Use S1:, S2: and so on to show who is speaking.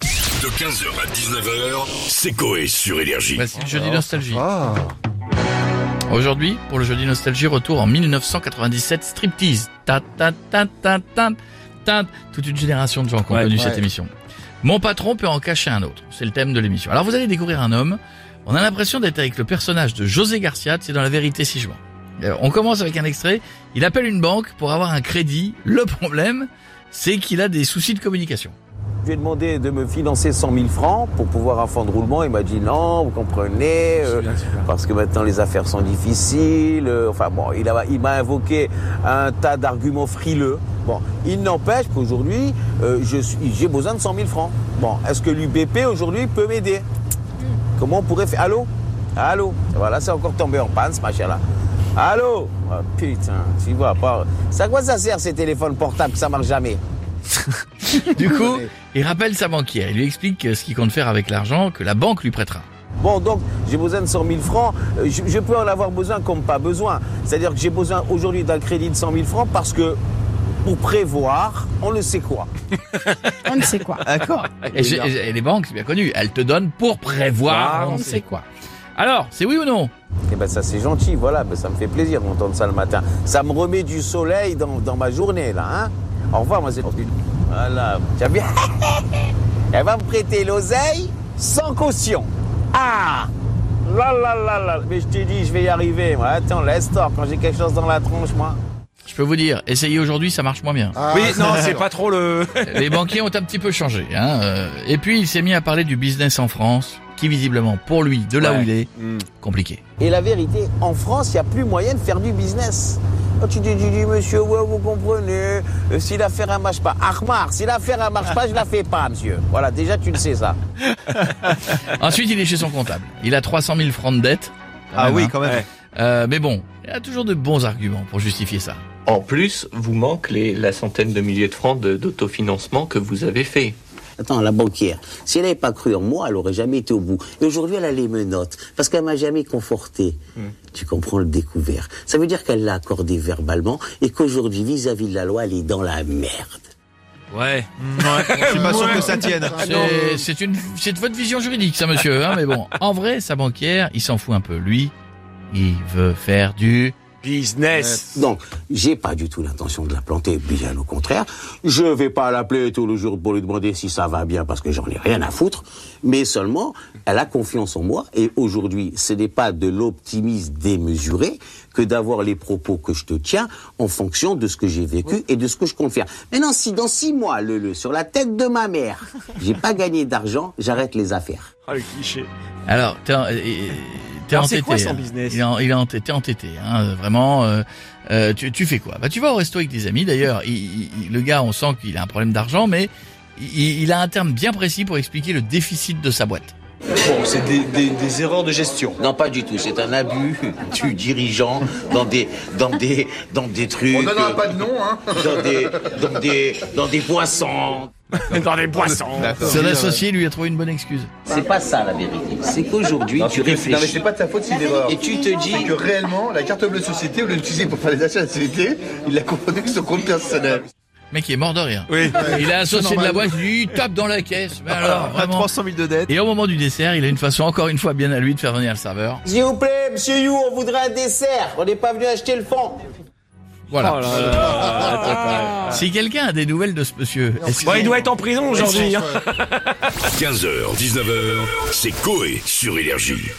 S1: De 15h à 19h, c'est Coé sur Énergie.
S2: Voici Bah, le
S3: Ah,
S2: jeudi nostalgie. Aujourd'hui, pour le jeudi nostalgie, retour en 1997, striptease. Ta, ta, ta, ta, ta, ta. Toute une génération de gens qui ont
S3: Ouais,
S2: connu
S3: ouais.
S2: cette émission. Mon patron peut en cacher un autre. C'est le thème de l'émission. Alors vous allez découvrir un homme. On a l'impression d'être avec le personnage de José Garcia. C'est dans la vérité si je mens. Euh, On commence avec un extrait. Il appelle une banque pour avoir un crédit. Le problème, c'est qu'il a des soucis de communication.
S3: Je lui ai demandé de me financer 100 000 francs pour pouvoir un fonds de roulement. Il m'a dit non, vous comprenez, euh, parce que maintenant les affaires sont difficiles. euh, enfin bon, il a- il m'a invoqué un tas d'arguments frileux. Bon, il n'empêche qu'aujourd'hui, euh, je suis- j'ai besoin de 100 000 francs. Bon, est-ce que l'UBP aujourd'hui peut m'aider Comment on pourrait faire Allô Allô Voilà, c'est encore tombé en panne ce machin-là. Allô Ah, Putain, tu vois, pas... ça à quoi ça sert ces téléphones portables que ça marche jamais
S2: Du coup, il rappelle sa banquière. Il lui explique euh, ce qu'il compte faire avec l'argent que la banque lui prêtera.
S3: Bon, donc j'ai besoin de 100 000 francs. Euh, Je, je peux en avoir besoin comme pas besoin. C'est-à-dire que j'ai besoin aujourd'hui d'un crédit de 100 000 francs parce que pour prévoir, on le sait quoi.
S4: On ne sait quoi.
S2: D'accord.
S5: Ah,
S2: Et, j'ai- et les banques, c'est bien connu, elles te donnent pour prévoir.
S3: Ah,
S2: on sait quoi. Alors, c'est oui ou non
S3: Eh ben ça c'est gentil, voilà, ben, ça me fait plaisir d'entendre ça le matin. Ça me remet du soleil dans, dans ma journée là. Hein Au revoir, moi c'est... Voilà, t'as bien... Elle va me prêter l'oseille sans caution. Ah Là là là là, mais je t'ai dit, je vais y arriver. Moi. Attends, laisse-toi quand j'ai quelque chose dans la tronche, moi.
S2: Je peux vous dire, essayez aujourd'hui, ça marche moins bien.
S5: oui, non, c'est pas trop le.
S2: Les banquiers ont un petit peu changé. Hein. euh, Et puis, il s'est mis à parler du business en France, qui visiblement, pour lui, de là où il est,
S5: Hmm.
S2: compliqué.
S3: Et la vérité, en France, il n'y a plus moyen de faire du business. Oh, tu dis, tu dis, monsieur, ouais, vous comprenez, euh, si l'affaire ne marche pas, Armar, si l'affaire ne marche pas, je la fais pas, monsieur. Voilà, déjà, tu le sais, ça.
S2: Ensuite, il est chez son comptable. Il a 300 000 francs de dette. quand même, hein.
S5: Ah quand même.
S2: Euh, mais bon, il a toujours de bons arguments pour justifier ça.
S6: En plus, vous manque les- la centaine de milliers de francs de- d'autofinancement que vous avez fait.
S3: Attends, la banquière, si elle n'avait pas cru en moi, elle aurait jamais été au bout. Et aujourd'hui, elle a les menottes, parce qu'elle m'a jamais conforté. Tu comprends le découvert. Ça veut dire qu'elle l'a accordé verbalement et qu'aujourd'hui, vis-à-vis de la loi, elle est dans la merde.
S2: Ouais.
S5: Je suis pas sûr que ça tienne.
S2: C'est- C'est une, c'est de votre vision juridique, ça, monsieur. Hein, mais bon, en vrai, sa banquière, il s'en fout un peu. Lui, il veut faire du.
S5: Business.
S3: Donc, j'ai pas du tout l'intention de la planter, bien au contraire. Je vais pas l'appeler tous les jours pour lui demander si ça va bien parce que j'en ai rien à foutre. Mais seulement, elle a confiance en moi et aujourd'hui, ce n'est pas de l'optimisme démesuré que d'avoir les propos que je te tiens en fonction de ce que j'ai vécu et de ce que je compte faire. Maintenant, si dans six mois, le, le sur la tête de ma mère, j'ai pas gagné d'argent, j'arrête les affaires.
S5: Ah, le cliché.
S2: Alors, t'es en- euh, t'es
S5: Alors, c'est
S2: entêté.
S5: quoi son
S2: hein.
S5: business
S2: Il est, en- il est entêté, t'es entêté. Hein, vraiment, euh, euh, tu, tu fais quoi Bah, tu vas au resto avec des amis. D'ailleurs, il- il- il- le gars, on sent qu'il a un problème d'argent, mais il, il a un terme bien précis pour expliquer le déficit de sa boîte.
S7: Bon, c'est des, des- des erreurs de gestion.
S3: Non, pas du tout. C'est un abus du dirigeant dans des, dans des, dans des trucs.
S7: Bah
S3: On donnera pas de nom, hein. Dans des, dans des, dans des poissons.
S5: Dans les poissons.
S2: Son associé lui a trouvé une bonne excuse.
S3: C'est pas ça la vérité. C'est qu'aujourd'hui, tu
S7: Non, mais c'est
S3: réfléchis
S7: pas de ta faute, c'est une erreur.
S3: et tu te dis.
S7: C'est que réellement, la carte bleue société, au lieu d'utiliser pour faire des achats de la société, il l'a confondue avec son compte personnel.
S2: Le Mec, il est mort de rien.
S5: Oh
S2: Il a associé de la boîte, il lui tape dans la caisse. Mais alors, vraiment.
S5: 000 de dettes.
S2: Et au moment du dessert, il a une façon encore une fois bien à lui de faire venir le serveur.
S3: S'il vous plaît, monsieur You, on voudrait un dessert. On n'est pas venu acheter le fond.
S2: Voilà.
S5: Oh
S2: si quelqu'un a des nouvelles de ce monsieur, est-ce
S5: il doit être en prison aujourd'hui. hein.
S1: 15h, 19h, c'est Coé sur Énergie.